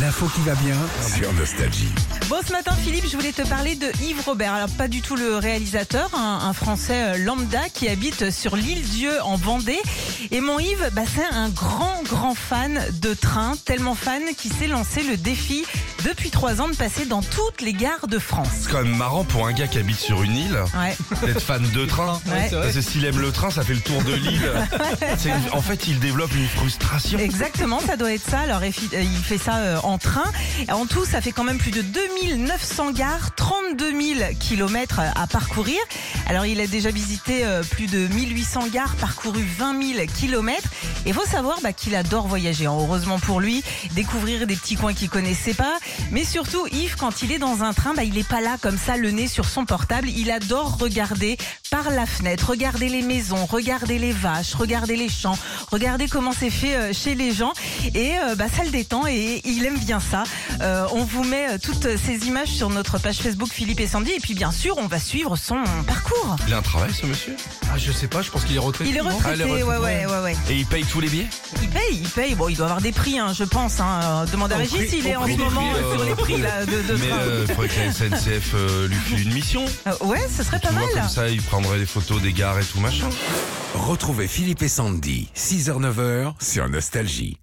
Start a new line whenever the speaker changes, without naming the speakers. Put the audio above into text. L'info qui va bien.
sur Nostalgie.
Bon, ce matin, Philippe, je voulais te parler de Yves Robert. Alors, pas du tout le réalisateur, un, un Français euh, lambda qui habite sur l'île Dieu en Vendée. Et mon Yves, bah, c'est un grand, grand fan de train, tellement fan qu'il s'est lancé le défi depuis trois ans de passer dans toutes les gares de France.
C'est quand même marrant pour un gars qui habite sur une île
Ouais,
d'être fan de train.
ouais.
Parce que s'il aime le train, ça fait le tour de l'île. C'est- En fait, il développe une frustration.
Exactement, ça doit être ça. Alors, effi- euh, il fait ça euh, en train. En tout, ça fait quand même plus de 2900 gares, 32 000 kilomètres euh, à parcourir. Alors, il a déjà visité euh, plus de 1800 gares, parcouru 20 000 kilomètres. Et faut savoir bah, qu'il adore voyager. hein. Heureusement pour lui, découvrir des petits coins qu'il connaissait pas. Mais surtout, Yves, quand il est dans un train, bah, il n'est pas là comme ça, le nez sur son portable. Il adore regarder par la fenêtre, regarder les maisons, regarder les vaches, regarder les champs, regarder comment c'est fait euh, chez les gens. Et euh, bah, ça le détend et il aime bien ça. Euh, on vous met euh, toutes ces images sur notre page Facebook Philippe et Sandy. Et puis bien sûr, on va suivre son parcours.
Il a un travail, ce monsieur
Ah, je sais pas, je pense qu'il est retraité.
Il est
non
retraité,
Ah, il est
ouais,
retraité.
ouais, ouais, ouais.
Et il paye tous les billets
Il paye, il paye. Bon, il doit avoir des prix, hein, je pense. Hein. Euh, Demande à
Au
Régis,
prix-
il est
au
en
prix
ce
des
moment
prix,
euh,
euh,
sur les prix là, de, de
Mais
train.
euh, il faudrait que la SNCF euh, lui file une mission.
Euh, ouais, ce serait pas
Tu vois,
mal.
comme ça, il prendrait les photos des gares et tout machin.
Retrouvez Philippe et Sandy, 6h-9h sur Nostalgie.